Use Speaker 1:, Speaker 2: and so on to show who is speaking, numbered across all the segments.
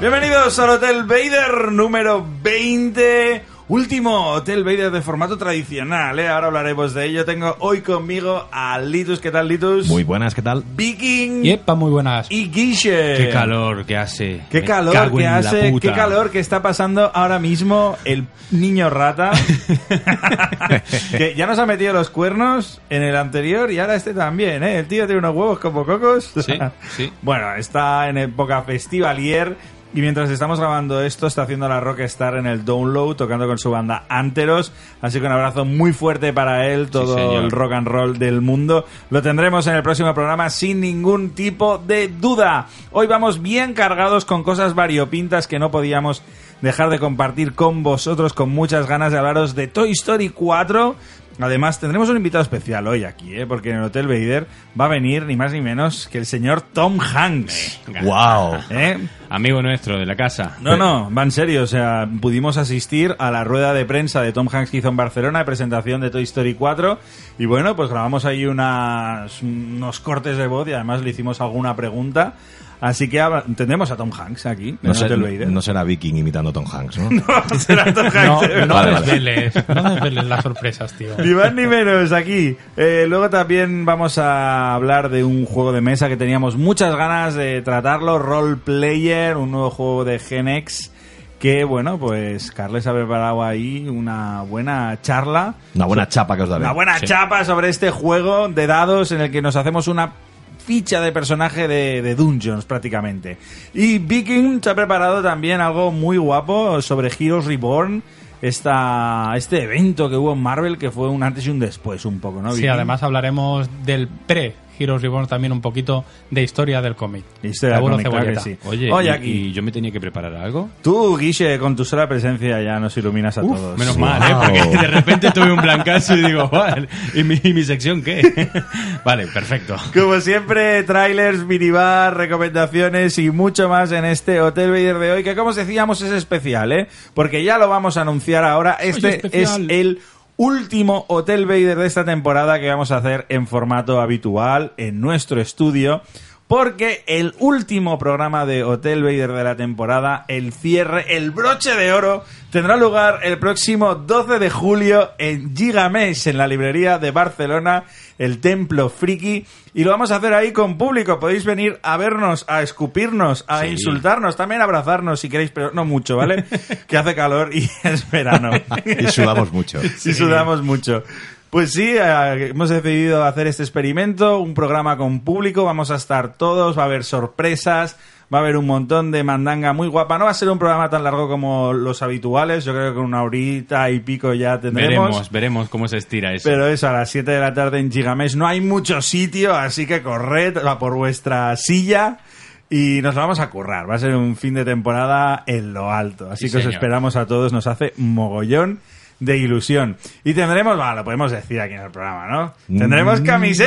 Speaker 1: Bienvenidos al Hotel Vader número 20. Último Hotel Vader de formato tradicional, ¿eh? Ahora hablaremos de ello. Tengo hoy conmigo a Litus. ¿Qué tal, Litus?
Speaker 2: Muy buenas, ¿qué tal?
Speaker 1: Viking
Speaker 3: Yepa, muy buenas.
Speaker 1: y Guiche.
Speaker 2: Qué calor que hace.
Speaker 1: Qué
Speaker 2: Me
Speaker 1: calor
Speaker 2: cago
Speaker 1: que
Speaker 2: en la
Speaker 1: hace,
Speaker 2: puta.
Speaker 1: qué calor que está pasando ahora mismo el niño rata. que ya nos ha metido los cuernos en el anterior y ahora este también, ¿eh? El tío tiene unos huevos como cocos.
Speaker 3: Sí, sí.
Speaker 1: bueno, está en época festivalier y mientras estamos grabando esto está haciendo la Rockstar en el Download tocando con su banda Anteros. Así que un abrazo muy fuerte para él, todo
Speaker 3: señor.
Speaker 1: el rock and roll del mundo. Lo tendremos en el próximo programa sin ningún tipo de duda. Hoy vamos bien cargados con cosas variopintas que no podíamos dejar de compartir con vosotros con muchas ganas de hablaros de Toy Story 4. Además, tendremos un invitado especial hoy aquí, ¿eh? porque en el Hotel Vader va a venir ni más ni menos que el señor Tom Hanks.
Speaker 2: ¡Wow!
Speaker 1: ¿eh?
Speaker 3: Amigo nuestro de la casa.
Speaker 1: No, no, va en serio. O sea, pudimos asistir a la rueda de prensa de Tom Hanks que hizo en Barcelona de presentación de Toy Story 4. Y bueno, pues grabamos ahí unas, unos cortes de voz y además le hicimos alguna pregunta. Así que habla- tendremos a Tom Hanks aquí. en
Speaker 2: No,
Speaker 1: el
Speaker 2: sé-
Speaker 1: Hotel Vader.
Speaker 2: no será Viking imitando a Tom Hanks, ¿no?
Speaker 1: Será Tom Hanks,
Speaker 3: No,
Speaker 1: de verdad.
Speaker 3: no
Speaker 2: Vale, vale.
Speaker 3: desveles, no desveles las sorpresas, tío.
Speaker 1: Ni más ni menos aquí. Eh, luego también vamos a hablar de un juego de mesa que teníamos muchas ganas de tratarlo, Role Player, un nuevo juego de Genex. Que bueno, pues Carles ha preparado ahí una buena charla,
Speaker 2: Una buena chapa que os da.
Speaker 1: una buena chapa sobre este juego de dados en el que nos hacemos una ficha de personaje de, de Dungeons prácticamente. Y Viking se ha preparado también algo muy guapo sobre Heroes Reborn. Esta, este evento que hubo en Marvel que fue un antes y un después un poco, ¿no?
Speaker 3: Sí,
Speaker 1: Viking?
Speaker 3: además hablaremos del pre Heroes Reborn también un poquito de historia del cómic.
Speaker 1: Historia Este del
Speaker 3: Abuelo
Speaker 1: cómic, claro que
Speaker 3: Cebolleta.
Speaker 1: sí. Oye,
Speaker 4: ¿y-
Speaker 1: aquí.
Speaker 4: ¿y yo me tenía que preparar algo?
Speaker 1: Tú, Guille, con tu sola presencia ya nos iluminas a todos.
Speaker 4: Menos
Speaker 1: Sí.
Speaker 4: mal, ¿eh? Porque de repente tuve un blancazo y digo, "Vale, ¿y mi, y mi sección qué? vale, perfecto.
Speaker 1: Como siempre, trailers, minibar, recomendaciones y mucho más en este Hotel Vader de hoy, que como os decíamos es especial, ¿eh? Porque ya lo vamos a anunciar ahora. Este es
Speaker 3: especial.
Speaker 1: el último Hotel Vader de esta temporada que vamos a hacer en formato habitual en nuestro estudio. Porque el último programa de Hotel Vader de la temporada, el cierre, el broche de oro, tendrá lugar el próximo 12 de julio en Gigamesh, en la librería de Barcelona, el Templo Friki. Y lo vamos a hacer ahí con público. Podéis venir a vernos, a escupirnos, a insultarnos, también a abrazarnos si queréis, pero no mucho, ¿vale? que hace calor y es verano.
Speaker 2: Y sudamos mucho.
Speaker 1: Si sudamos mucho. Pues sí, eh, hemos decidido hacer este experimento, un programa con público, vamos a estar todos, va a haber sorpresas, va a haber un montón de mandanga muy guapa. No va a ser un programa tan largo como los habituales, yo creo que una horita y pico ya tendremos.
Speaker 4: Veremos, veremos cómo se estira eso.
Speaker 1: Pero eso, a las 7 de la tarde en Gigamesh no hay mucho sitio, así que corred a por vuestra silla y nos la vamos a currar. Va a ser un fin de temporada en lo alto. Así
Speaker 4: Sí,
Speaker 1: que os
Speaker 4: señor.
Speaker 1: esperamos a todos, nos hace mogollón de ilusión. Y tendremos, bueno, lo podemos decir aquí en el programa, ¿no? Tendremos
Speaker 4: Mm.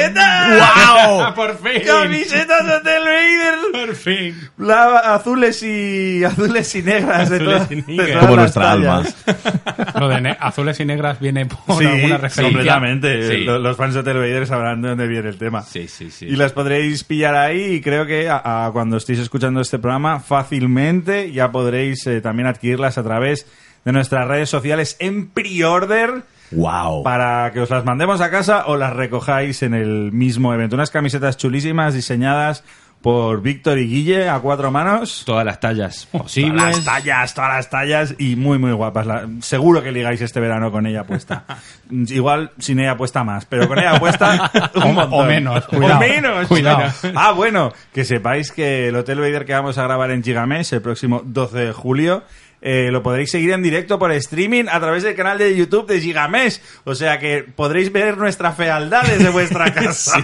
Speaker 1: camisetas.
Speaker 4: ¡Wow! Ah, ¡Por fin!
Speaker 1: Camisetas de Hotel Vader.
Speaker 4: ¡Por fin!
Speaker 1: La- azules y azules y negras de
Speaker 4: Azules
Speaker 1: todas-
Speaker 4: y
Speaker 1: de
Speaker 4: negras.
Speaker 1: todas
Speaker 2: Como
Speaker 1: las
Speaker 2: nuestra alma.
Speaker 1: tallas.
Speaker 3: Lo de ne- azules y negras viene por
Speaker 1: Sí,
Speaker 3: alguna
Speaker 1: sí,
Speaker 3: referencia.
Speaker 1: completamente.
Speaker 4: Sí.
Speaker 1: Lo- Los fans de Hotel Vader sabrán de dónde viene el tema.
Speaker 4: Sí, sí, sí.
Speaker 1: Y las podréis pillar ahí y creo que a- a cuando estéis escuchando este programa fácilmente ya podréis eh, también adquirirlas a través de nuestras redes sociales en pre-order
Speaker 2: ¡Wow!
Speaker 1: para que os las mandemos a casa o las recojáis en el mismo evento. Unas camisetas chulísimas diseñadas por Víctor y Guille a cuatro manos.
Speaker 4: Todas las tallas
Speaker 3: Oh,
Speaker 4: posibles.
Speaker 1: Todas las tallas, todas las tallas y muy, muy guapas. La- seguro que ligáis este verano con ella puesta. Igual sin ella puesta más, pero con ella puesta un
Speaker 3: O-
Speaker 1: montón.
Speaker 3: o menos,
Speaker 1: O
Speaker 3: cuidado,
Speaker 1: menos,
Speaker 3: cuidado.
Speaker 1: Ah, bueno, que sepáis que el Hotel Vader que vamos a grabar en Gigamesh el próximo 12 de julio. eh, lo podréis seguir en directo por streaming a través del canal de YouTube de Gigamesh. O sea que podréis ver nuestra fealdad desde vuestra casa.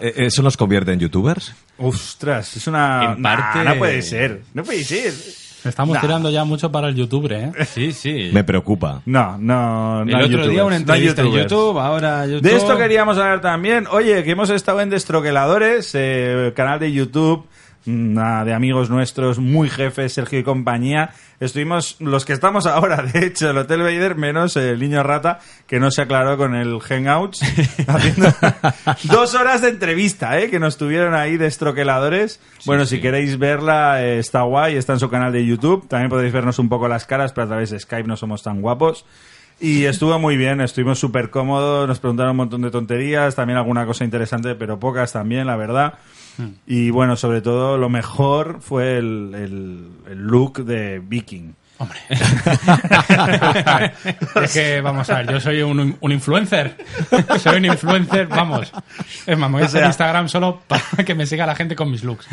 Speaker 2: Eh, ¿Eso nos convierte en youtubers?
Speaker 1: Ostras, es una.
Speaker 4: En
Speaker 1: Nah,
Speaker 4: parte-
Speaker 1: no puede ser. No puede ser.
Speaker 3: Estamos
Speaker 1: Nah.
Speaker 3: tirando ya mucho para el youtuber, ¿eh?
Speaker 4: Sí, sí.
Speaker 2: Me preocupa.
Speaker 1: No, no, no.
Speaker 4: El
Speaker 1: hay
Speaker 4: otro día
Speaker 1: youtubers,
Speaker 4: una
Speaker 1: no hay
Speaker 4: entrevista en
Speaker 1: youtubers.
Speaker 4: YouTube, ahora YouTube.
Speaker 1: De esto queríamos hablar también. Oye, que hemos estado en Destroqueladores, eh, canal de YouTube mm, ah, de amigos nuestros, muy jefes, Sergio y compañía. Estuvimos, los que estamos ahora, de hecho, el Hotel Vader, menos el niño rata, que no se aclaró con el Hangouts, haciendo dos horas de entrevista, ¿eh? que nos tuvieron ahí Destroqueladores. bueno, si queréis verla, eh, está guay, está en su canal de YouTube. También podéis vernos un poco las caras, pero a través de Skype no somos tan guapos. Y estuvo muy bien, estuvimos súper cómodos, nos preguntaron un montón de tonterías, también alguna cosa interesante, pero pocas también, la verdad. Y bueno, sobre todo lo mejor fue el, el- el look de Viking.
Speaker 3: Es que, vamos a ver, yo soy un, un influencer. Soy un influencer, vamos. Es más, me voy a
Speaker 1: O
Speaker 3: hacer
Speaker 1: sea-
Speaker 3: Instagram solo para que me siga la gente con mis looks.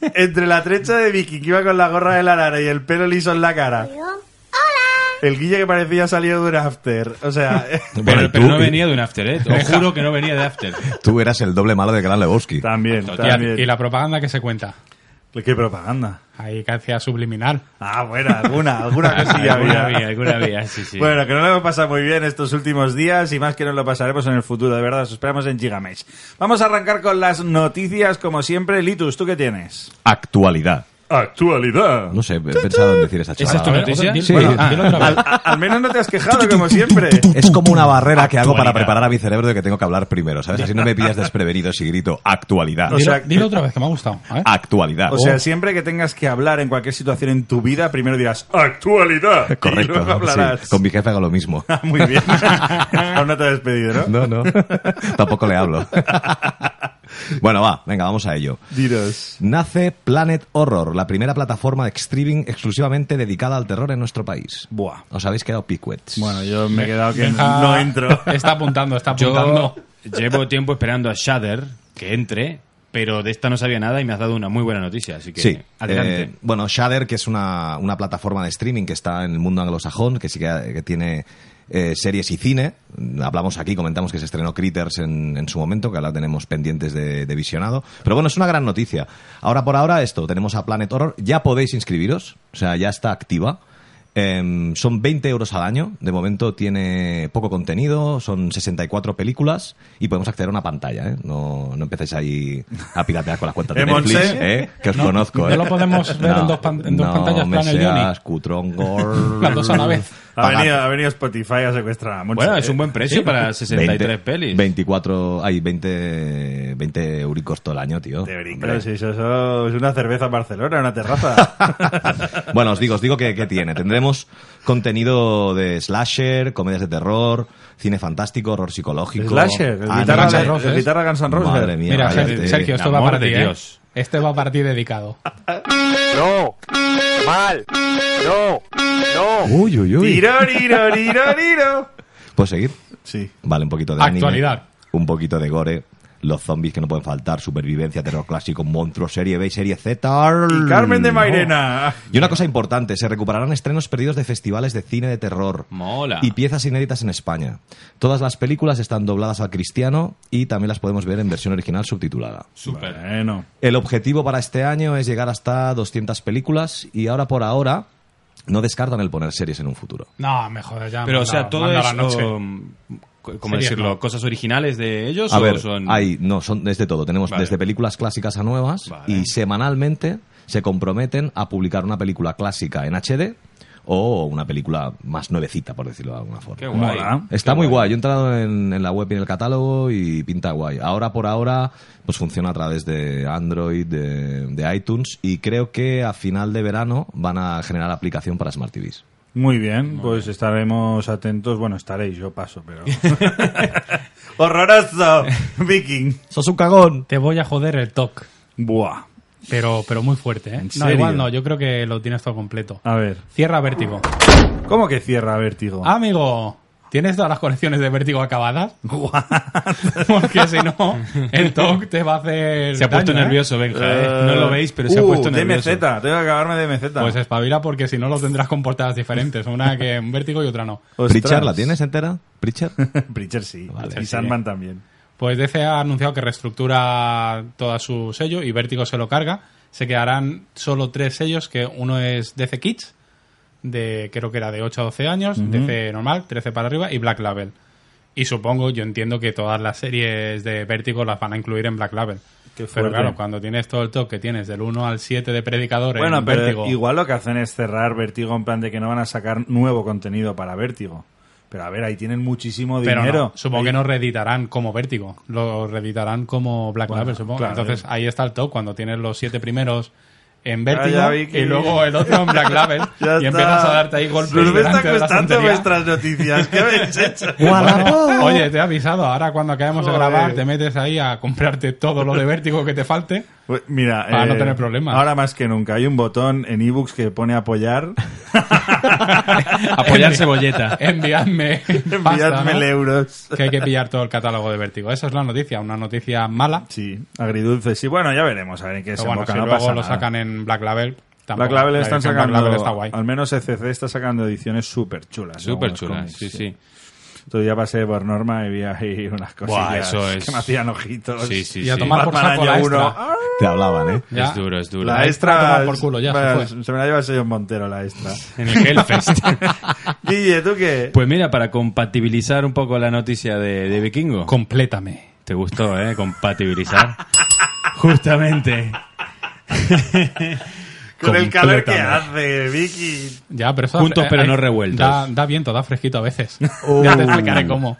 Speaker 1: Entre la trecha de Viking, que iba con la gorra de la lara y el pelo liso en la cara. El guille que parecía salido de un after. O sea, eh.
Speaker 2: Bueno,
Speaker 4: Pero,
Speaker 2: y
Speaker 4: pero
Speaker 2: tú-
Speaker 4: no venía de un after, ¿eh? Os juro que no venía de after.
Speaker 2: Tú eras el doble malo de Gran Lebowski.
Speaker 1: también,
Speaker 3: Y, a-
Speaker 1: también.
Speaker 3: y la propaganda que se cuenta.
Speaker 1: Qué propaganda.
Speaker 3: Ahí que hacía subliminal.
Speaker 1: Ah, bueno, alguna, alguna cosilla
Speaker 4: alguna
Speaker 1: había.
Speaker 4: vía, alguna vía, sí, sí.
Speaker 1: Bueno, que no lo hemos pasado muy bien estos últimos días y más que nos lo pasaremos en el futuro, de verdad, os esperamos en Gigamesh. Vamos a arrancar con las noticias, como siempre. Litus, ¿tú qué tienes?
Speaker 2: Actualidad.
Speaker 1: Actualidad.
Speaker 2: No sé, he pensado en decir esa
Speaker 4: ¿Esa es
Speaker 2: chorrada.
Speaker 4: tu
Speaker 3: A ver,
Speaker 4: noticia?
Speaker 3: otra- dil-
Speaker 2: Sí.
Speaker 3: bueno,
Speaker 2: Ah.
Speaker 3: dilo otra vez.
Speaker 1: Al, a- al menos no te has quejado, como siempre.
Speaker 2: Es como una barrera que hago para
Speaker 4: Actualidad.
Speaker 2: preparar a mi cerebro de que tengo que hablar primero, ¿sabes? Así no me pillas desprevenido si grito actualidad.
Speaker 1: O
Speaker 3: Dilo,
Speaker 1: sea, Ah,
Speaker 3: dilo otra vez, que me ha gustado. ¿eh? A ver.
Speaker 2: Actualidad. Uh,
Speaker 1: O sea, siempre que tengas que hablar en cualquier situación en tu vida, primero dirás actualidad. Y
Speaker 2: Correcto.
Speaker 1: luego hablarás.
Speaker 2: sí. Con mi jefe hago lo mismo.
Speaker 1: Ah, Muy bien. Aún no te has despedido, ¿no?
Speaker 2: No, no. Tampoco le hablo. bueno, va, venga, vamos a ello.
Speaker 1: Diros.
Speaker 2: Nace Planet Horror, la primera plataforma de streaming exclusivamente dedicada al terror en nuestro país.
Speaker 1: Buah.
Speaker 2: Os habéis quedado piquets.
Speaker 1: Bueno, yo me he quedado que
Speaker 3: Venga.
Speaker 1: no entro.
Speaker 3: Está apuntando, está apuntando.
Speaker 4: Yo llevo tiempo esperando a Shudder que entre, pero de esta no sabía nada y me has dado una muy buena noticia, así que
Speaker 2: Sí,
Speaker 4: adelante.
Speaker 2: Eh, bueno, Shudder, que es una, una plataforma de streaming que está en el mundo anglosajón, que sí que, que tiene eh, series y cine. Hablamos aquí, comentamos que se estrenó Critters en, en su momento, que ahora tenemos pendientes de, de visionado. Pero bueno, es una gran noticia. Ahora por ahora, esto, tenemos a Planet Horror. Ya podéis inscribiros, o sea, ya está activa. Em, son 20 euros al año. De momento tiene poco contenido, son 64 películas y podemos acceder a una pantalla. ¿eh? No, no empecéis ahí a piratear con las cuentas de
Speaker 1: ¿Eh, Montse?
Speaker 2: Netflix, ¿eh? que os conozco.
Speaker 3: no
Speaker 2: ¿eh?
Speaker 3: lo podemos ver en dos pan- en dos pantallas,
Speaker 2: me
Speaker 3: plan el Johnny.
Speaker 2: seas cutrón, gor.
Speaker 3: Las dos a la vez.
Speaker 1: Ha
Speaker 2: Pagad.
Speaker 1: venido, ha venido Spotify a secuestrar a Monse.
Speaker 4: bueno, es un buen precio
Speaker 3: Sí.
Speaker 4: para 63 pelis.
Speaker 2: 24, hay 20, 20 euricos todo el año, tío.
Speaker 1: Te brincas,
Speaker 2: Hombre.
Speaker 1: si eso, eso es una cerveza en Barcelona, una terraza.
Speaker 2: Bueno, os digo, os digo que, que tiene. Tendremos contenido de slasher, comedias de terror, cine fantástico, horror psicológico.
Speaker 1: Slasher, el
Speaker 2: anime.
Speaker 1: guitarra,
Speaker 3: Guns N'
Speaker 1: de,
Speaker 3: Roses.
Speaker 1: el eh, guitarra Guns N' Roses.
Speaker 2: Madre mía,
Speaker 3: Mira,
Speaker 2: cállate.
Speaker 3: Sergio, Sergio, esto va
Speaker 4: Amor
Speaker 3: para ti,
Speaker 4: de
Speaker 3: ¿eh?
Speaker 4: Dios.
Speaker 3: Este va para ti dedicado.
Speaker 5: No, mal, no, no.
Speaker 2: Uy, uy, uy.
Speaker 1: Tiroriroriroriro.
Speaker 2: ¿Puedo Pues seguir?
Speaker 1: Sí.
Speaker 2: Vale, un poquito de anime,
Speaker 3: Actualidad.
Speaker 2: un poquito de gore, los zombies que no pueden faltar, supervivencia, terror clásico, monstruos, serie B y serie Z.
Speaker 1: Y Carmen de Mairena.
Speaker 2: Y una cosa importante, se recuperarán estrenos perdidos de festivales de cine de terror.
Speaker 4: Mola.
Speaker 2: Y piezas inéditas en España. Todas las películas están dobladas al cristiano y también las podemos ver en versión original subtitulada.
Speaker 4: Súper.
Speaker 1: Bueno.
Speaker 2: El objetivo para este año es llegar hasta 200 películas y ahora por ahora No descartan el poner series en un futuro.
Speaker 3: No, me jodas ya.
Speaker 4: Pero, o
Speaker 3: manda-
Speaker 4: sea, todo
Speaker 3: manda
Speaker 4: es,
Speaker 3: la noche.
Speaker 4: um, co- ¿cómo
Speaker 3: Series,
Speaker 4: decirlo?
Speaker 3: no.
Speaker 4: ¿Cosas originales de ellos
Speaker 2: A
Speaker 4: o
Speaker 2: ver,
Speaker 4: son...?
Speaker 2: hay, no, son desde todo. Tenemos
Speaker 4: Vale.
Speaker 2: desde películas clásicas a nuevas y semanalmente se comprometen a publicar una película clásica en HD o una película más nuevecita, por decirlo de alguna forma.
Speaker 4: Qué guay.
Speaker 1: Mola.
Speaker 2: Está muy guay. Yo he entrado en, en la web y en el catálogo y pinta guay. Ahora por ahora, pues funciona a través de Android, de, de iTunes y creo que a final de verano van a generar aplicación para Smart TVs.
Speaker 1: Muy bien, pues estaremos atentos. Bueno, estaréis, yo paso, pero. ¡Horroroso! Viking.
Speaker 2: ¡Sos un cagón!
Speaker 3: Te voy a joder el TOC.
Speaker 1: Buah.
Speaker 3: Pero, pero muy fuerte, ¿eh?
Speaker 1: ¿En
Speaker 3: No,
Speaker 1: serio?
Speaker 3: igual no, yo creo que lo tienes todo completo.
Speaker 1: A ver,
Speaker 3: Cierra Vértigo.
Speaker 1: ¿cómo que cierra Vértigo?
Speaker 3: Amigo, ¿tienes todas las colecciones de Vértigo acabadas? Porque si no, el TOC te va a hacer.
Speaker 4: Se ha puesto
Speaker 3: daño, ¿eh?
Speaker 4: nervioso, Benja, ¿eh? No lo veis, pero se ha
Speaker 1: Uh,
Speaker 4: puesto
Speaker 1: DMZ,
Speaker 4: nervioso.
Speaker 1: tengo que acabarme de DMZ.
Speaker 3: Pues espabila porque si no lo tendrás con portadas diferentes. Una que en Vértigo y otra no.
Speaker 1: Ostras.
Speaker 2: ¿Pritchard la tienes entera? ¿Pritchard?
Speaker 1: Preacher sí.
Speaker 3: Preacher
Speaker 1: y
Speaker 3: sí.
Speaker 1: Sandman también.
Speaker 3: Pues DC ha anunciado que reestructura todo su sello y Vértigo se lo carga. Se quedarán solo tres sellos, que uno es DC Kids, de creo que era de 8 a 12 años, DC normal, 13 para arriba, y Black Label. Y supongo, yo entiendo que todas las series de Vértigo las van a incluir en Black Label.
Speaker 1: Qué fuerte.
Speaker 3: Pero claro, cuando tienes todo el top que tienes del 1 al 7 de predicadores
Speaker 1: Bueno,
Speaker 3: en
Speaker 1: pero
Speaker 3: Vértigo,
Speaker 1: igual lo que hacen es cerrar Vértigo en plan de que no van a sacar nuevo contenido para Vértigo. Pero a ver, ahí tienen muchísimo
Speaker 3: pero no,
Speaker 1: dinero.
Speaker 3: supongo que no reeditarán como Vértigo, lo reeditarán como Black
Speaker 1: Bueno,
Speaker 3: Label, supongo.
Speaker 1: claro.
Speaker 3: Entonces ahí está el top, cuando tienes los siete primeros en Vértigo
Speaker 1: ya vi que-
Speaker 3: y luego el otro en Black Label y
Speaker 1: Ya está.
Speaker 3: empiezas a darte ahí golpes
Speaker 1: Nos me está
Speaker 3: delante de la
Speaker 1: costando
Speaker 3: estantería.
Speaker 1: vuestras noticias. ¿Qué habéis hecho?
Speaker 3: Bueno, Oye, te he avisado, ahora cuando acabemos de
Speaker 1: Joder.
Speaker 3: grabar te metes ahí a comprarte todo lo de Vértigo que te falte.
Speaker 1: Pues, Mira,
Speaker 3: Para no tener problemas.
Speaker 1: Ahora más que nunca hay un botón en ebooks que pone apoyar.
Speaker 4: Apoyar cebolleta.
Speaker 3: Enviadme pasta,
Speaker 1: Enviadme
Speaker 3: ¿no?
Speaker 1: euros.
Speaker 3: que hay que pillar todo el catálogo de Vértigo. Esa es la noticia, una noticia mala.
Speaker 1: Sí, agridulce. Sí, bueno, ya veremos a ver en qué
Speaker 3: Pero
Speaker 1: se
Speaker 3: bueno,
Speaker 1: emboca.
Speaker 3: si
Speaker 1: no
Speaker 3: luego
Speaker 1: pasa
Speaker 3: lo
Speaker 1: nada.
Speaker 3: sacan en Black Label, tampoco.
Speaker 1: Black Label están
Speaker 3: edición Black
Speaker 1: sacando.
Speaker 3: Label está guay.
Speaker 1: Al menos ECC está sacando ediciones súper chulas. ¿no?
Speaker 4: Súper
Speaker 1: Los
Speaker 4: chula,
Speaker 1: cómics,
Speaker 4: sí, sí.
Speaker 1: Entonces ya pasé por Norma y vi ahí unas cosillas
Speaker 4: eso es.
Speaker 1: que me hacían ojitos.
Speaker 4: Sí, sí,
Speaker 3: Y a
Speaker 4: sí.
Speaker 3: tomar por
Speaker 1: Batman
Speaker 3: saco la
Speaker 1: año
Speaker 3: extra.
Speaker 1: uno. ¡Ah!
Speaker 2: Te hablaban, ¿eh?
Speaker 3: Ya.
Speaker 4: Es duro, es duro.
Speaker 1: La
Speaker 3: A
Speaker 1: extra.
Speaker 3: tomar por culo, ya, se
Speaker 1: bueno,
Speaker 3: fue.
Speaker 1: se, me la lleva el señor Montero, la extra.
Speaker 4: En el Hellfest.
Speaker 1: Guille, ¿tú qué?
Speaker 4: pues mira, para compatibilizar un poco la noticia de, de Vikingo.
Speaker 3: Complétame.
Speaker 4: Te gustó, ¿eh? Compatibilizar. Justamente.
Speaker 1: Con el calor que
Speaker 4: completamente.
Speaker 1: hace, Vicky.
Speaker 3: Ya, pero eso- eh,
Speaker 4: Juntos, pero
Speaker 3: hay-
Speaker 4: no revueltos.
Speaker 3: Da, da viento, da fresquito a veces. Ya
Speaker 2: Uh.
Speaker 3: te explicaré cómo.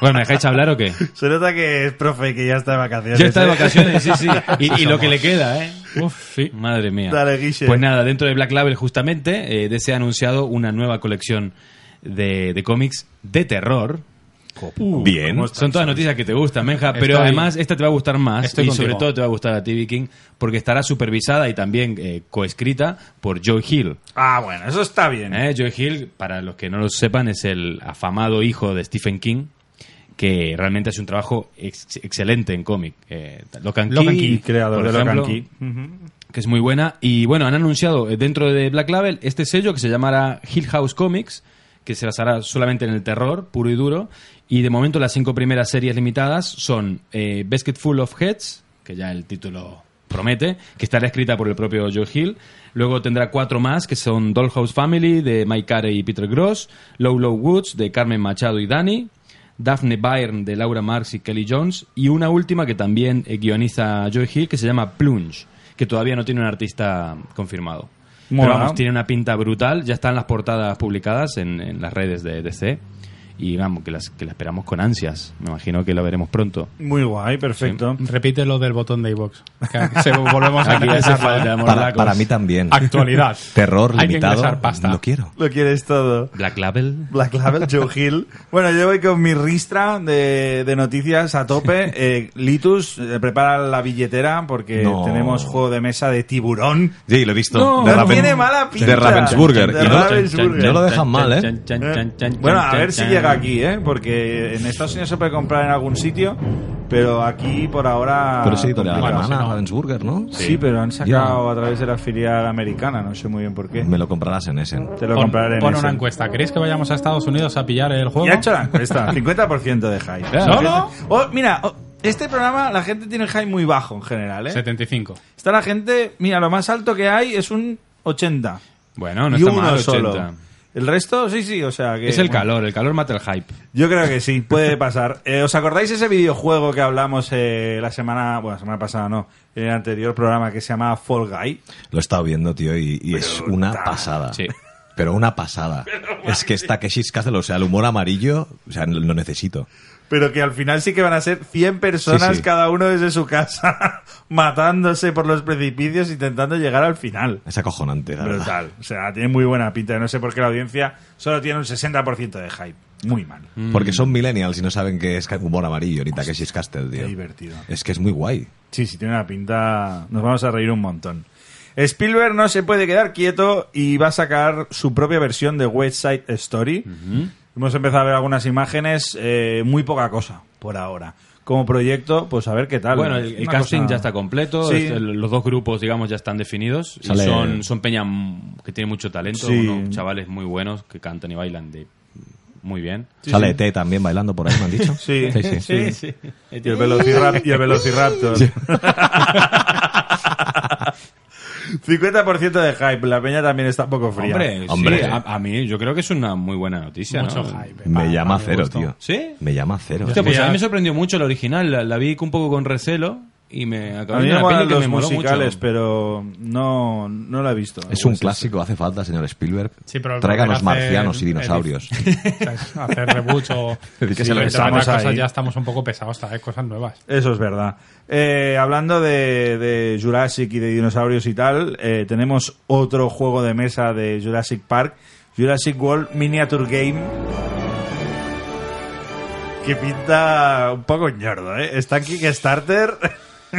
Speaker 4: Bueno, ¿me dejáis hablar o qué?
Speaker 1: Se nota que es profe que ya está de vacaciones.
Speaker 4: Ya está de
Speaker 1: ¿eh?
Speaker 4: vacaciones, sí, sí. Y, y lo que le queda, ¿eh? Uf, sí. Madre mía.
Speaker 1: Dale, Guille.
Speaker 4: Pues nada, dentro de Black Label, justamente, eh, DC ha anunciado una nueva colección de, de cómics de terror. Uh,
Speaker 2: Bien.
Speaker 4: Son todas noticias que te gustan, Menja, pero
Speaker 3: Estoy-
Speaker 4: además esta te va a gustar más
Speaker 3: Estoy
Speaker 4: y
Speaker 3: contigo.
Speaker 4: sobre todo te va a gustar a ti, Viking, porque estará supervisada y también eh, coescrita por Joe Hill.
Speaker 1: Ah, bueno, eso está bien.
Speaker 4: ¿eh? Joe Hill, para los que no lo sepan, es el afamado hijo de Stephen King, que realmente hace un trabajo ex- excelente en cómic. Eh, Locan
Speaker 1: Locan
Speaker 4: Key,
Speaker 1: Key, creador
Speaker 4: por
Speaker 1: de Locan
Speaker 4: ejemplo,
Speaker 1: Key.
Speaker 4: que es muy buena. Y bueno, han anunciado eh, dentro de Black Label este sello que se llamará Hill House Comics, que se basará solamente en el terror, puro y duro. Y de momento las cinco primeras series limitadas son eh, Basket Full of Heads, que ya el título promete, que estará escrita por el propio Joe Hill. Luego tendrá cuatro más, que son Dollhouse Family, de Mike Carey y Peter Gross, Low Low Woods, de Carmen Machado y Dani, Daphne Byrne de Laura Marx y Kelly Jones y una última que también eh, guioniza Joy Hill que se llama Plunge, que todavía no tiene un artista confirmado.
Speaker 1: Mola.
Speaker 4: Pero vamos, tiene una pinta brutal, ya están las portadas publicadas en, en las redes de DC y vamos, que las que la esperamos con ansias. Me imagino que la veremos pronto.
Speaker 1: Muy guay, perfecto.
Speaker 3: Repite lo del botón de iVox. Que se- volvemos a
Speaker 4: Aquí hace
Speaker 3: ingresarlo, ¿eh?
Speaker 4: falta,
Speaker 2: Para,
Speaker 4: morlacos.
Speaker 2: para mí también.
Speaker 3: Actualidad.
Speaker 2: Terror
Speaker 3: Hay que
Speaker 2: limitado.
Speaker 3: ingresar pasta.
Speaker 2: Lo quiero.
Speaker 1: Lo quieres todo.
Speaker 4: Black Label.
Speaker 1: Black Label, Joe Hill. Bueno, yo voy con mi ristra de, de noticias a tope. Eh, Litus, eh, prepara la billetera porque
Speaker 2: No.
Speaker 1: tenemos juego de mesa de tiburón.
Speaker 2: Sí, lo he visto.
Speaker 4: No,
Speaker 2: de
Speaker 4: no
Speaker 2: Raven-
Speaker 1: tiene mala pinta.
Speaker 2: De Ravensburger.
Speaker 1: De
Speaker 2: Y no-
Speaker 1: Ravensburger.
Speaker 2: no lo dejan mal, ¿eh?
Speaker 4: Chan, chan, chan, chan,
Speaker 1: Bueno, a
Speaker 4: chan,
Speaker 1: ver si
Speaker 4: chan.
Speaker 1: llega aquí, ¿eh? Porque en Estados Unidos se puede comprar en algún sitio, pero aquí por ahora...
Speaker 2: Pero es editorial
Speaker 3: Bueno,
Speaker 2: alemana,
Speaker 3: si no.
Speaker 2: Ravensburger, ¿no?
Speaker 1: Sí, pero han sacado a través de la filial americana, no sé muy bien por qué.
Speaker 2: Me lo comprarás en Essen.
Speaker 1: Te lo
Speaker 3: Pon,
Speaker 1: compraré en
Speaker 3: pon
Speaker 1: ese.
Speaker 3: una encuesta. ¿Queréis que vayamos a Estados Unidos a pillar el juego?
Speaker 1: Y ha hecho la encuesta, 50% de hype.
Speaker 3: ¿Solo?
Speaker 1: Oh, mira, oh, este programa la gente tiene el hype muy bajo en general, ¿eh?
Speaker 3: 75.
Speaker 1: Está la gente, mira, lo más alto que hay es un 80.
Speaker 4: Bueno, no
Speaker 1: y
Speaker 4: está
Speaker 1: uno
Speaker 4: mal, 80.
Speaker 1: solo. El resto, sí, sí, o sea que...
Speaker 4: Es el
Speaker 1: bueno.
Speaker 4: calor, el calor mata el hype.
Speaker 1: Yo creo que sí, puede pasar. Eh, ¿Os acordáis ese videojuego que hablamos eh, la semana, bueno, la semana pasada no, en el anterior programa que se llamaba Fall Guy?
Speaker 2: Lo he estado viendo, tío, y, y es una pasada.
Speaker 4: Sí.
Speaker 2: Pero una pasada. es que está que Castle, o sea, el humor amarillo, o sea, lo necesito.
Speaker 1: Pero que al final sí que van a ser 100 personas
Speaker 2: Sí, sí.
Speaker 1: cada uno desde su casa, matándose por los precipicios intentando llegar al final.
Speaker 2: Es acojonante, la verdad.
Speaker 1: Brutal. O sea, tiene muy buena pinta. No sé por qué la audiencia solo tiene un 60% de hype. Muy mal.
Speaker 2: Porque son millennials y no saben qué es humor amarillo ni Takeshi's Castle,
Speaker 1: Qué
Speaker 2: tío.
Speaker 1: divertido.
Speaker 2: Es que es muy guay.
Speaker 1: Sí, sí, tiene una pinta. Nos vamos a reír un montón. Spielberg no se puede quedar quieto y va a sacar su propia versión de West Side Story. Hemos empezado a ver algunas imágenes, eh, muy poca cosa por ahora. Como proyecto, pues a ver qué tal.
Speaker 4: Bueno, el, el
Speaker 1: Una
Speaker 4: casting
Speaker 1: cosa-
Speaker 4: ya está completo,
Speaker 1: Sí.
Speaker 4: es- el- los dos grupos, digamos, ya están definidos. y
Speaker 2: Sale-
Speaker 4: son, son peña m- que tiene mucho talento,
Speaker 1: Sí.
Speaker 4: unos chavales muy buenos que cantan y bailan de muy bien.
Speaker 2: Sale E T también bailando por ahí, me han dicho.
Speaker 1: Sí.
Speaker 2: sí. sí.
Speaker 1: Y el, velocirap- y el Velociraptor. 50% de hype. La peña también está un poco fría.
Speaker 4: Hombre, sí,
Speaker 2: Hombre.
Speaker 4: a, a mí yo creo que es una muy buena noticia.
Speaker 3: Mucho
Speaker 4: ¿no?
Speaker 3: hype. pa,
Speaker 2: Me llama
Speaker 3: pa,
Speaker 2: cero,
Speaker 3: gusto.
Speaker 2: tío.
Speaker 4: ¿Sí?
Speaker 2: Me llama cero.
Speaker 4: Hostia, pues
Speaker 3: Ya.
Speaker 4: a mí me sorprendió mucho el original, la, la vi un poco con recelo y me
Speaker 1: A
Speaker 4: acabé
Speaker 1: mí
Speaker 4: de
Speaker 1: me
Speaker 4: una peli
Speaker 1: molan
Speaker 4: que
Speaker 1: los
Speaker 4: me moló
Speaker 1: musicales,
Speaker 4: mucho.
Speaker 1: pero no, no la he visto.
Speaker 2: Es un clásico, hace falta, señor Spielberg.
Speaker 3: Sí, pero
Speaker 2: Tráiganos
Speaker 3: hacer-
Speaker 2: marcianos y
Speaker 3: el-
Speaker 2: dinosaurios.
Speaker 3: hacer rebucho o
Speaker 2: Decir que se lo
Speaker 1: besamos ahí.
Speaker 3: ya estamos un poco pesados, traer cosas nuevas.
Speaker 1: Eso es verdad. Eh, hablando de, de Jurassic y de dinosaurios y tal, eh, tenemos otro juego de mesa de Jurassic Park, Jurassic World Miniature Game. Que pinta un poco ñordo, ¿eh? Está en Kickstarter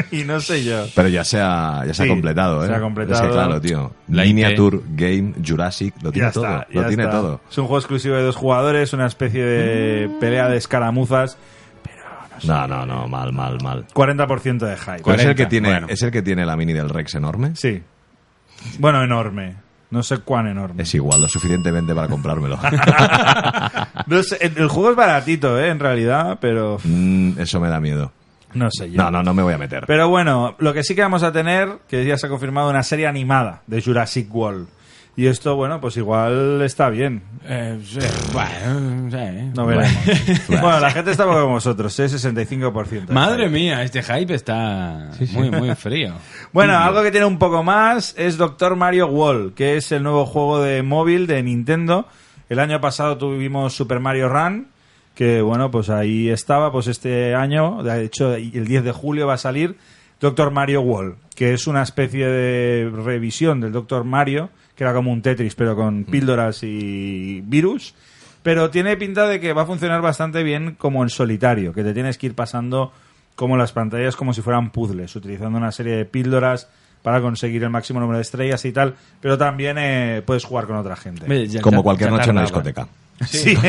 Speaker 1: y no sé yo.
Speaker 2: Pero ya se ha, ya se ha
Speaker 1: Sí,
Speaker 2: completado, ¿eh?
Speaker 1: se ha completado.
Speaker 2: Es que, claro, tío.
Speaker 4: La
Speaker 2: Miniature, Game, Jurassic, lo tiene todo. lo
Speaker 1: ya
Speaker 2: tiene
Speaker 1: está.
Speaker 2: todo.
Speaker 1: Es un juego exclusivo de dos jugadores, una especie de pelea de escaramuzas.
Speaker 2: No, no, no, mal, mal, mal.
Speaker 1: 40% de hype.
Speaker 2: Pero es, el que
Speaker 4: 40,
Speaker 2: tiene,
Speaker 4: bueno.
Speaker 2: ¿Es el que tiene la mini del Rex enorme?
Speaker 1: Sí. Bueno, enorme. No sé cuán enorme.
Speaker 2: Es igual, lo suficientemente para comprármelo.
Speaker 1: No sé, el el juego es baratito, ¿eh? En realidad, pero f-
Speaker 2: Mm, eso me da miedo.
Speaker 1: no sé yo.
Speaker 2: No, no, no me voy a meter.
Speaker 1: Pero bueno, lo que sí que vamos a tener, que ya se ha confirmado una serie animada de Jurassic World. Y esto, bueno, pues igual está bien.
Speaker 4: Eh, sí, bueno, sí.
Speaker 1: No veremos. Bueno, la gente está como vosotros, ¿eh? 65%. de
Speaker 4: Madre
Speaker 1: hype.
Speaker 4: mía, este hype está muy, muy frío.
Speaker 1: Bueno, algo que tiene un poco más es Doctor Mario Wall, que es el nuevo juego de móvil de Nintendo. El año pasado tuvimos Super Mario Run, que bueno, pues ahí estaba, pues este año, de hecho el 10 de julio va a salir Doctor Mario Wall, que es una especie de revisión del Doctor Mario, que era como un Tetris, pero con píldoras y virus. Pero tiene pinta de que va a funcionar bastante bien como en solitario, que te tienes que ir pasando como las pantallas como si fueran puzzles, utilizando una serie de píldoras para conseguir el máximo número de estrellas y tal, pero también eh, puedes jugar con otra gente.
Speaker 4: Ve, ya-
Speaker 2: Como
Speaker 4: ya-
Speaker 2: cualquier
Speaker 4: ya
Speaker 2: noche en una
Speaker 4: tardaba.
Speaker 2: discoteca.
Speaker 1: Sí.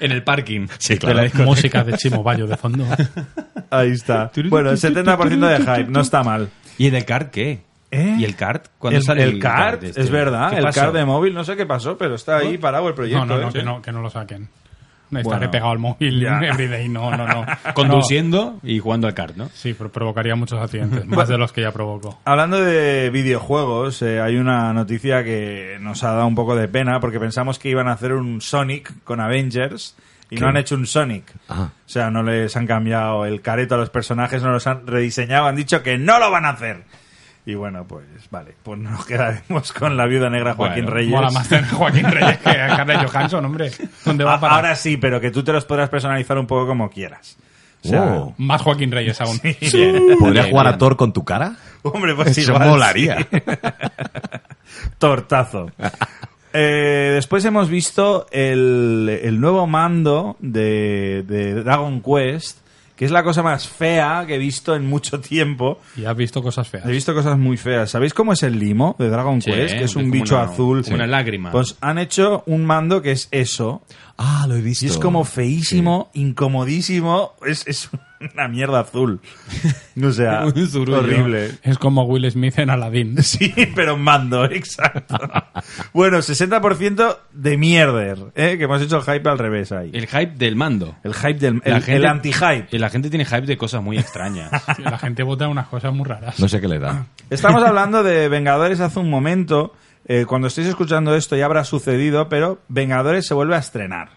Speaker 4: En el parking.
Speaker 2: Sí,
Speaker 3: Música de Chimo Bayo de fondo.
Speaker 1: Ahí está. Bueno, el 70% de hype, no está mal.
Speaker 4: ¿Y el del kart qué?
Speaker 1: ¿Eh?
Speaker 4: ¿Y el kart? ¿Cuándo
Speaker 1: El,
Speaker 4: sale
Speaker 1: el card,
Speaker 4: este?
Speaker 1: es verdad,
Speaker 4: ¿Qué
Speaker 1: el
Speaker 4: pasó?
Speaker 1: card de móvil, no sé qué pasó, pero está ahí parado el proyecto.
Speaker 3: No, no,
Speaker 1: ¿eh?
Speaker 3: no,
Speaker 1: Sí.
Speaker 3: que no, que no lo saquen. Estaré
Speaker 1: Bueno.
Speaker 3: pegado al móvil
Speaker 1: Ya.
Speaker 3: everyday, no, no, no. No.
Speaker 4: Conduciendo y jugando al kart, ¿no?
Speaker 3: Sí, pero provocaría muchos accidentes, más de los que ya provocó.
Speaker 1: Hablando de videojuegos, eh, hay una noticia que nos ha dado un poco de pena porque pensamos que iban a hacer un Sonic con Avengers y no han hecho un Sonic.
Speaker 2: Ah.
Speaker 1: O sea, no les han cambiado el careto a los personajes, no los han rediseñado, han dicho que no lo van a hacer. Y bueno, pues vale, pues nos quedaremos con la viuda negra Joaquín
Speaker 4: Bueno,
Speaker 1: Reyes. Ah,
Speaker 3: Mola más tener a Joaquín Reyes que a Carla Johansson, hombre. ¿Dónde va
Speaker 1: A-
Speaker 3: para?
Speaker 1: Ahora sí, pero que tú te los podrás personalizar un poco como quieras. O sea,
Speaker 2: Wow.
Speaker 3: Más Joaquín Reyes aún.
Speaker 2: ¿Podrías
Speaker 4: Bien,
Speaker 2: jugar a
Speaker 4: bien.
Speaker 2: Thor con tu cara?
Speaker 1: Hombre, pues
Speaker 2: Eso
Speaker 1: igual sí.
Speaker 2: molaría.
Speaker 1: Tortazo. Eh, después hemos visto el, el nuevo mando de, de Dragon Quest, que es la cosa más fea que he visto en mucho tiempo.
Speaker 3: Y has visto cosas feas.
Speaker 1: He visto cosas muy feas. ¿Sabéis cómo es el limo de Dragon
Speaker 4: Sí,
Speaker 1: Quest? Que es
Speaker 4: que es
Speaker 1: un
Speaker 4: como
Speaker 1: bicho
Speaker 4: una-
Speaker 1: azul.
Speaker 4: como una lágrima.
Speaker 1: Pues han hecho un mando que es eso.
Speaker 2: Ah, lo he visto.
Speaker 1: Y es como feísimo, incomodísimo. Es, es una mierda azul. O sea,
Speaker 4: Un zurullo.
Speaker 1: horrible.
Speaker 3: Es como Will Smith en Aladdin.
Speaker 1: Sí, pero en mando, exacto. Bueno, 60% de mierder, ¿eh? que hemos hecho el hype al revés ahí. El,
Speaker 4: El hype del mando.
Speaker 1: hype del
Speaker 4: La
Speaker 1: el,
Speaker 4: gente-
Speaker 1: el anti-hype.
Speaker 4: La gente tiene hype de cosas muy extrañas.
Speaker 3: La gente vota unas cosas muy raras.
Speaker 2: No sé qué le
Speaker 1: Ah.
Speaker 2: da.
Speaker 1: Estamos hablando de Vengadores hace un momento. eh, cuando estéis escuchando esto ya habrá sucedido, pero Vengadores se vuelve a estrenar.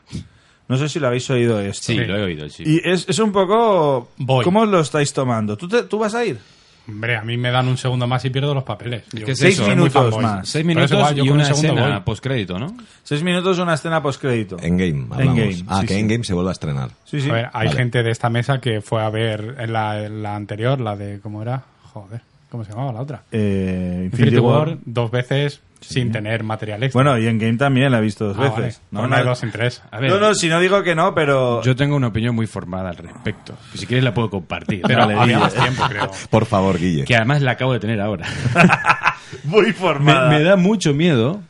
Speaker 1: No sé si lo habéis oído esto.
Speaker 4: Sí, lo he oído, sí.
Speaker 1: Y es, es un poco...
Speaker 3: Voy.
Speaker 1: ¿Cómo lo estáis tomando? ¿Tú, te- tú vas a ir?
Speaker 3: Hombre, a mí me dan un segundo más y pierdo los papeles. Yo-
Speaker 4: que es
Speaker 1: Seis
Speaker 4: eso, es muy
Speaker 1: minutos
Speaker 3: fanboy.
Speaker 1: más.
Speaker 4: Seis
Speaker 3: Pero
Speaker 4: minutos
Speaker 3: es igual, yo
Speaker 4: y
Speaker 3: con un
Speaker 4: una
Speaker 3: segundo
Speaker 4: escena
Speaker 3: voy.
Speaker 4: postcrédito, ¿no?
Speaker 1: Seis minutos una escena postcrédito.
Speaker 2: Endgame, hablamos.
Speaker 1: Endgame,
Speaker 2: ah,
Speaker 1: sí,
Speaker 2: que
Speaker 1: sí.
Speaker 2: Endgame se vuelve a estrenar.
Speaker 1: Sí, sí.
Speaker 3: A ver, hay
Speaker 2: Vale.
Speaker 3: gente de esta mesa que fue a ver en la, en la anterior, la de. ¿Cómo era? Joder, ¿cómo se llamaba la otra?
Speaker 1: Eh,
Speaker 3: Infinity War, dos veces sin tener material extra.
Speaker 1: Bueno, y en Game también la he visto dos
Speaker 3: Ah, vale.
Speaker 1: veces.
Speaker 3: Pues no hay dos sin tres.
Speaker 4: A ver,
Speaker 1: No, no, si no digo que no, pero...
Speaker 4: yo tengo una opinión muy formada al respecto. que Si quieres la puedo compartir.
Speaker 3: Pero
Speaker 1: Vale,
Speaker 3: había
Speaker 1: Guille.
Speaker 3: más tiempo, creo.
Speaker 2: Por favor, Guille.
Speaker 4: Que además la acabo de tener ahora.
Speaker 1: Muy
Speaker 4: me,
Speaker 1: formada.
Speaker 4: me da mucho miedo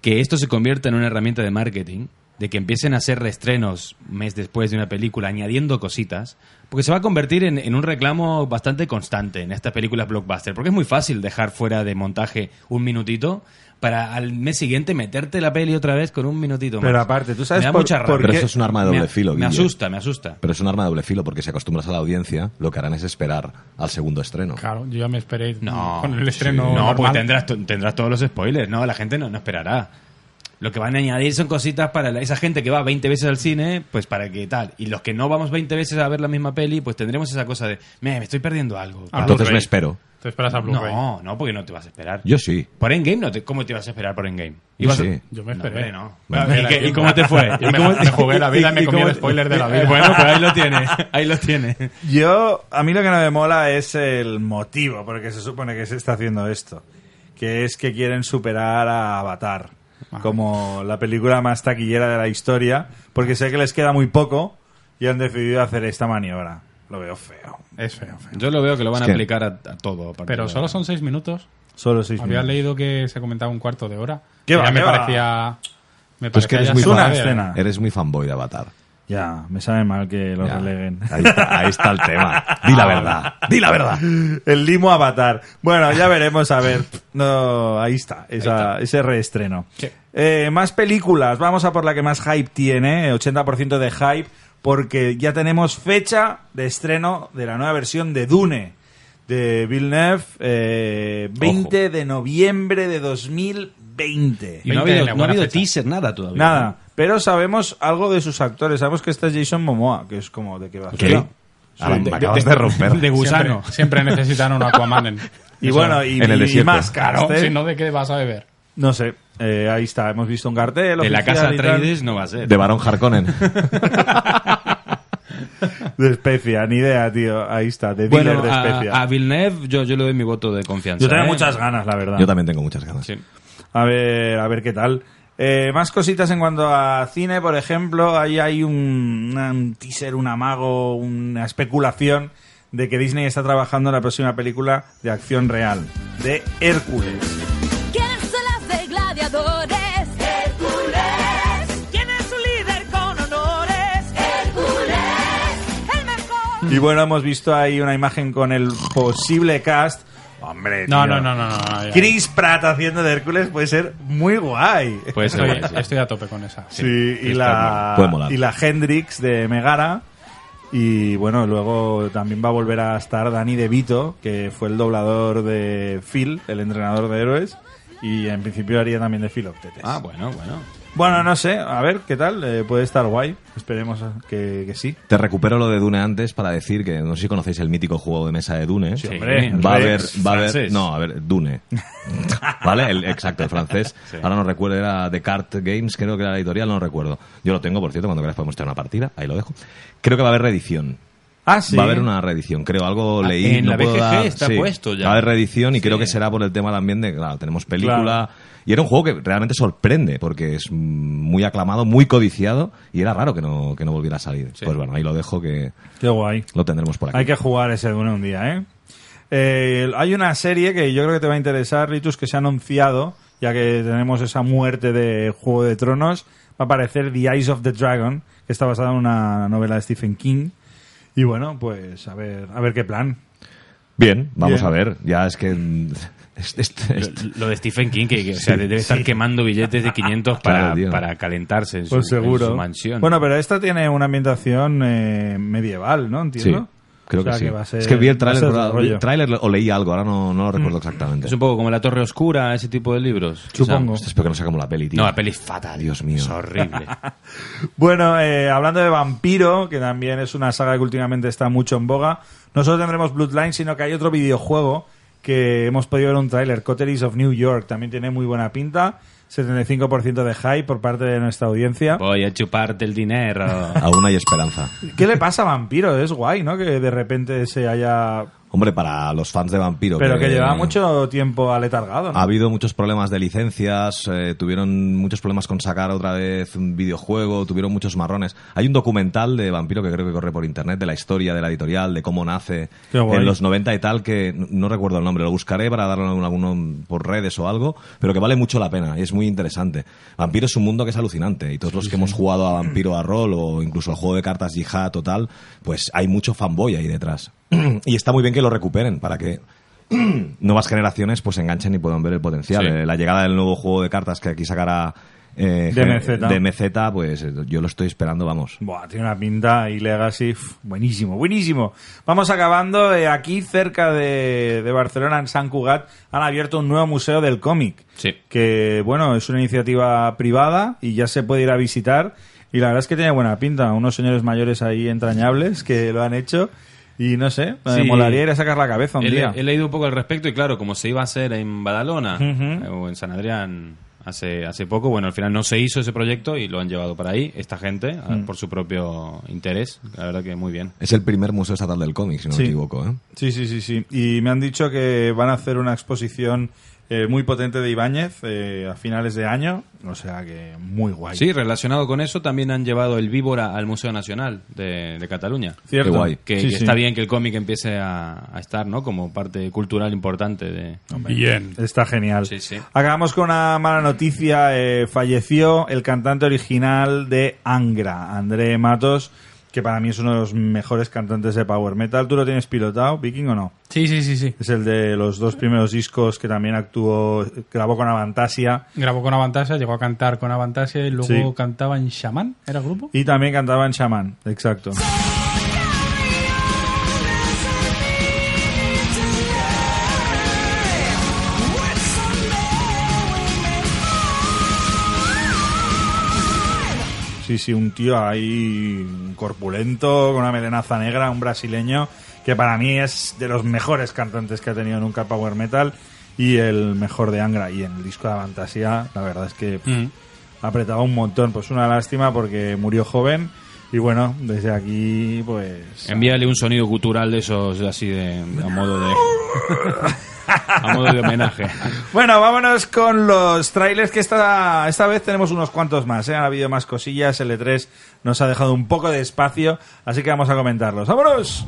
Speaker 4: que esto se convierta en una herramienta de marketing, de que empiecen a hacer reestrenos mes después de una película, añadiendo cositas, porque se va a convertir en, en un reclamo bastante constante en estas películas blockbuster, porque es muy fácil dejar fuera de montaje un minutito para al mes siguiente meterte la peli otra vez con un minutito más.
Speaker 1: Pero aparte, ¿tú sabes
Speaker 4: me da
Speaker 1: por-
Speaker 4: mucha
Speaker 1: por
Speaker 4: rabia.
Speaker 2: Pero eso es un arma de
Speaker 4: Me-
Speaker 2: doble filo,
Speaker 4: Me
Speaker 2: Guille.
Speaker 4: asusta, me asusta.
Speaker 2: Pero es un arma de doble filo porque si acostumbras a la audiencia, lo que harán es esperar al segundo estreno.
Speaker 3: Claro, yo ya me esperé
Speaker 4: No.
Speaker 3: con el estreno.
Speaker 4: No,
Speaker 3: normal.
Speaker 4: pues tendrás, to- tendrás todos los spoilers, ¿no? La gente no, no esperará. Lo que van a añadir son cositas para la- esa gente que va 20 veces al cine, pues para que tal. Y los que no vamos 20 veces a ver la misma peli, pues tendremos esa cosa de, me, me estoy perdiendo algo.
Speaker 3: Ah,
Speaker 2: Entonces
Speaker 3: Blu-ray.
Speaker 2: me espero.
Speaker 3: Te esperas a Blu-ray.
Speaker 4: no, no, porque no te vas a esperar.
Speaker 2: Yo sí.
Speaker 4: Por Endgame, no te- ¿cómo te vas a esperar por Endgame?
Speaker 2: Yo
Speaker 4: Ibas a-
Speaker 2: sí.
Speaker 3: Yo me
Speaker 4: No,
Speaker 3: esperé.
Speaker 4: hombre, no.
Speaker 3: Bueno,
Speaker 4: ¿Y, qué- y cómo te fue?
Speaker 3: Yo
Speaker 4: ¿Y
Speaker 3: me-
Speaker 4: cómo
Speaker 3: me jugué la vida y me comí el
Speaker 4: cómo te-
Speaker 3: spoiler de la vida.
Speaker 4: Bueno, pues ahí lo tiene. Ahí lo tiene.
Speaker 1: Yo, a mí lo que no me mola es el motivo porque se supone que se está haciendo esto. Que es que quieren superar a Avatar. Como la película más taquillera de la historia. Porque sé que les queda muy poco y han decidido hacer esta maniobra. Lo veo feo.
Speaker 3: Es feo, feo.
Speaker 4: Yo lo pues veo que lo van
Speaker 2: Es
Speaker 4: a
Speaker 2: que-
Speaker 4: aplicar a, a todo. a partir de
Speaker 3: Pero
Speaker 4: ahora.
Speaker 3: solo son seis minutos.
Speaker 1: Solo seis
Speaker 3: Había
Speaker 1: minutos.
Speaker 3: leído que se comentaba un cuarto de hora.
Speaker 1: ¿Qué
Speaker 3: Y
Speaker 1: va,
Speaker 3: ya me
Speaker 1: qué va?
Speaker 3: parecía. Me
Speaker 2: Tú Pues es
Speaker 3: parecía
Speaker 2: que eres
Speaker 3: ya
Speaker 2: muy
Speaker 1: es una
Speaker 3: saber.
Speaker 1: escena.
Speaker 2: Eres muy fanboy de Avatar.
Speaker 1: Ya, me sabe mal que lo
Speaker 2: Ya.
Speaker 1: releguen. Ah.
Speaker 2: Ahí está, ahí está el tema. Di la verdad. Di la verdad.
Speaker 1: El limo avatar. Bueno, ya veremos, a ver. No, ahí está, esa- ese reestreno. Eh, más películas, vamos a por la que más hype tiene, eh, 80% de hype, porque ya tenemos fecha de estreno de la nueva versión de Dune, de Villeneuve, eh, 20 de noviembre de 2020.
Speaker 4: Y no ha
Speaker 3: 20 de
Speaker 4: habido,
Speaker 3: la
Speaker 4: no ha
Speaker 3: buena
Speaker 4: habido
Speaker 3: fecha.
Speaker 4: teaser, nada todavía.
Speaker 1: Nada, pero sabemos algo de sus actores, sabemos que está Jason Momoa, que es como de qué va a
Speaker 2: ¿Qué?
Speaker 1: hacer.
Speaker 2: Ahora, Ah, me acabas de romper.
Speaker 4: De gusano.
Speaker 3: Siempre, siempre necesitan un Aquaman. en-
Speaker 1: Y
Speaker 3: Eso,
Speaker 1: bueno, y,
Speaker 2: en el
Speaker 1: y
Speaker 2: desierto.
Speaker 1: más
Speaker 3: Claro,
Speaker 1: cast, ¿eh?
Speaker 3: si no, ¿de qué vas a beber?
Speaker 1: No sé, eh, ahí está, hemos visto un cartel.
Speaker 4: De la
Speaker 1: oficial
Speaker 4: casa
Speaker 1: y tal.
Speaker 4: Atreides no va a ser.
Speaker 2: De Barón Harkonnen.
Speaker 1: De especia, ni idea, tío. Ahí está, de dealer
Speaker 4: bueno,
Speaker 1: de especia.
Speaker 4: a, a Villeneuve yo, yo le doy mi voto de confianza.
Speaker 1: Yo tengo
Speaker 4: ¿eh?
Speaker 1: muchas ganas, la verdad.
Speaker 2: Yo también tengo muchas ganas.
Speaker 4: Sí.
Speaker 1: A ver, a ver qué tal. Eh, más cositas en cuanto a cine, por ejemplo, ahí hay un, una- un teaser, un amago, una especulación de que Disney está trabajando en la próxima película de acción real, de Hércules.
Speaker 6: ¿Quiénes son las de gladiadores? Hércules. ¿Quién es su líder con honores? Hércules. El mejor.
Speaker 1: Y bueno, hemos visto ahí una imagen con el posible cast. Hombre,
Speaker 3: No,
Speaker 1: tío.
Speaker 3: no, no, no. no, no, ya.
Speaker 1: Chris Pratt haciendo de Hércules puede ser muy guay.
Speaker 2: Pues,
Speaker 4: Puede ser.
Speaker 3: Estoy,
Speaker 4: puede ser.
Speaker 3: estoy a tope con esa.
Speaker 1: Sí, y
Speaker 4: Chris
Speaker 1: la,
Speaker 2: Pratt mola. Puede molar.
Speaker 1: y la Hendrix de Megara. Y bueno, luego también va a volver a estar Danny DeVito, que fue el doblador de Phil, el entrenador de héroes. Y en principio haría también de Phil Octetes.
Speaker 4: Ah, bueno, bueno.
Speaker 1: Bueno, no sé, a ver qué tal. eh, puede estar guay. Esperemos a- que, que sí.
Speaker 2: Te recupero lo de Dune antes para decir que no sé si conocéis el mítico juego de mesa de Dune.
Speaker 4: Sí.
Speaker 1: Hombre,
Speaker 2: Va a haber,
Speaker 1: Rex,
Speaker 2: va a haber,
Speaker 4: francés.
Speaker 2: no, a ver, Dune. ¿Vale? El, exacto, el francés. Ahora no recuerdo, era Descartes Games, creo que era la editorial, no recuerdo. Yo lo tengo, por cierto, cuando queráis podemos echar una partida, ahí lo dejo. Creo que va a haber reedición.
Speaker 1: Ah, sí.
Speaker 2: Va a haber una reedición, creo, algo
Speaker 4: Ah,
Speaker 2: leí.
Speaker 4: en
Speaker 2: no
Speaker 4: la
Speaker 2: puedo
Speaker 4: BGG
Speaker 2: dar-
Speaker 4: está puesto ya.
Speaker 2: Va a haber reedición y
Speaker 4: Sí.
Speaker 2: creo que será por el tema también de, claro, tenemos película.
Speaker 1: Claro.
Speaker 2: Y era un juego que realmente sorprende porque es mm, muy aclamado, muy codiciado y era raro que no, que no volviera a salir. Pues bueno, ahí lo dejo que
Speaker 1: Qué guay.
Speaker 2: lo tendremos por aquí.
Speaker 1: Hay que jugar ese Dune un día, ¿eh? Eh, Hay una serie que yo creo que te va a interesar, Ritus, que se ha anunciado, ya que tenemos esa muerte de Juego de Tronos. Va a aparecer The Eyes of the Dragon, que está basada en una novela de Stephen King. Y bueno, pues a ver, a ver qué plan.
Speaker 2: Bien, vamos
Speaker 1: Bien.
Speaker 2: a ver. Ya es que. mm, es- es- es-
Speaker 4: Lo, lo de Stephen King, que, que, o sea, debe estar quemando billetes de 500 para,
Speaker 2: Claro, tío.
Speaker 4: para calentarse en su,
Speaker 1: Pues seguro.
Speaker 4: en su mansión.
Speaker 1: Bueno, pero esta tiene una ambientación eh, medieval, ¿no? Entiendo.
Speaker 2: sí, creo
Speaker 1: O sea,
Speaker 2: que sí.
Speaker 1: va a ser-
Speaker 2: es que vi el
Speaker 1: va a ser
Speaker 2: tráiler,
Speaker 1: otro
Speaker 2: pero- vi
Speaker 1: rollo. Mm.
Speaker 2: el tráiler o leí algo, ahora no, no lo recuerdo exactamente.
Speaker 4: es un poco como La Torre Oscura, ese tipo de libros. quizá.
Speaker 1: Supongo.
Speaker 2: Hostia, espero que no sea como la peli, tío.
Speaker 4: No, la peli es fatal.
Speaker 2: Dios mío.
Speaker 4: Es horrible.
Speaker 1: Bueno, eh, hablando de Vampiro, que también es una saga que últimamente está mucho en boga, no solo tendremos Bloodline, sino que hay otro videojuego que hemos podido ver un tráiler, Coteries of New York, también tiene muy buena pinta, 75% de hype por parte de nuestra audiencia.
Speaker 4: Voy a chuparte el dinero.
Speaker 2: Aún hay esperanza.
Speaker 1: ¿Qué le pasa a Vampiro? Es guay, ¿no? Que de repente se haya...
Speaker 2: Hombre, para los fans de Vampiro.
Speaker 1: Pero que lleva mucho tiempo aletargado,
Speaker 2: Ha
Speaker 1: ¿no?
Speaker 2: habido muchos problemas de licencias, eh, tuvieron muchos problemas con sacar otra vez un videojuego, tuvieron muchos marrones. Hay un documental de Vampiro que creo que corre por internet, de la historia de la editorial, de cómo nace
Speaker 1: Qué guay.
Speaker 2: en los 90 y tal, que n- no recuerdo el nombre, lo buscaré para darlo en alguno por redes o algo, pero que vale mucho la pena y es muy interesante. Vampiro es un mundo que es alucinante y todos los que hemos jugado a Vampiro a rol o incluso al juego de cartas Yihad total, pues hay mucho fanboy ahí detrás. y está muy bien que lo recuperen para que nuevas generaciones pues se enganchen y puedan ver el potencial.
Speaker 4: Sí.
Speaker 2: Eh, la llegada del nuevo juego de cartas que aquí sacará eh,
Speaker 1: DMZ.
Speaker 2: gen- DMZ, pues eh, yo lo estoy esperando, vamos.
Speaker 1: Buah, tiene una pinta y Legacy, pf, buenísimo, buenísimo. Vamos acabando, eh, aquí cerca de, de Barcelona, en San Cugat, han abierto un nuevo museo del cómic.
Speaker 4: Sí.
Speaker 1: Que, bueno, es una iniciativa privada y ya se puede ir a visitar. Y la verdad es que tiene buena pinta, unos señores mayores ahí entrañables que lo han hecho. Y no sé, me
Speaker 4: Sí.
Speaker 1: molaría ir a sacar la cabeza un
Speaker 4: He,
Speaker 1: día.
Speaker 4: le- he leído un poco al respecto y claro, como se iba a hacer en Badalona
Speaker 1: Ujú.
Speaker 4: eh, o en San Adrián hace, hace poco, bueno, al final no se hizo ese proyecto y lo han llevado para ahí esta gente a-
Speaker 1: Mm.
Speaker 4: por su propio interés. La verdad que muy bien.
Speaker 2: Es el primer museo estatal del cómic, si no
Speaker 1: Sí.
Speaker 2: me equivoco. ¿eh?
Speaker 1: Sí, sí, sí, sí. Y me han dicho que van a hacer una exposición eh, muy potente de Ibáñez eh, a finales de año. O sea que muy guay.
Speaker 4: Sí, relacionado con eso también han llevado el víbora al Museo Nacional de, de Cataluña.
Speaker 1: Cierto.
Speaker 2: Qué guay.
Speaker 4: Que,
Speaker 1: Sí,
Speaker 4: que
Speaker 1: sí.
Speaker 4: está bien que el cómic empiece a, a estar, ¿no? Como parte cultural importante de...
Speaker 3: Bien.
Speaker 1: Está genial.
Speaker 4: Sí, sí.
Speaker 1: Acabamos con una mala noticia. eh, falleció el cantante original de Angra, André Matos, que para mí es uno de los mejores cantantes de power metal. ¿Tú lo tienes pilotado, Viking, o no?
Speaker 3: Sí, sí, sí, sí.
Speaker 1: Es el de los dos primeros discos que también actuó, grabó con Avantasia
Speaker 3: Grabó con Avantasia, llegó a cantar con Avantasia y luego
Speaker 1: Sí.
Speaker 3: cantaba en Shaman, ¿era el grupo?
Speaker 1: y también cantaba en Shaman. Exacto. Sí, sí, un tío ahí corpulento, con una melenaza negra, un brasileño, que para mí es de los mejores cantantes que ha tenido nunca el Power Metal y el mejor de Angra. Y en el disco de Fantasía, la verdad es que pff, apretaba un montón. Pues una lástima porque murió joven. Y bueno, desde aquí, pues.
Speaker 4: Envíale un sonido cultural de esos así de... a modo de... a modo de homenaje.
Speaker 1: Bueno, vámonos con los trailers que esta, esta vez tenemos unos cuantos más. ¿eh? Ha habido más cosillas, L3 nos ha dejado un poco de espacio, así que vamos a comentarlos. ¡Vámonos!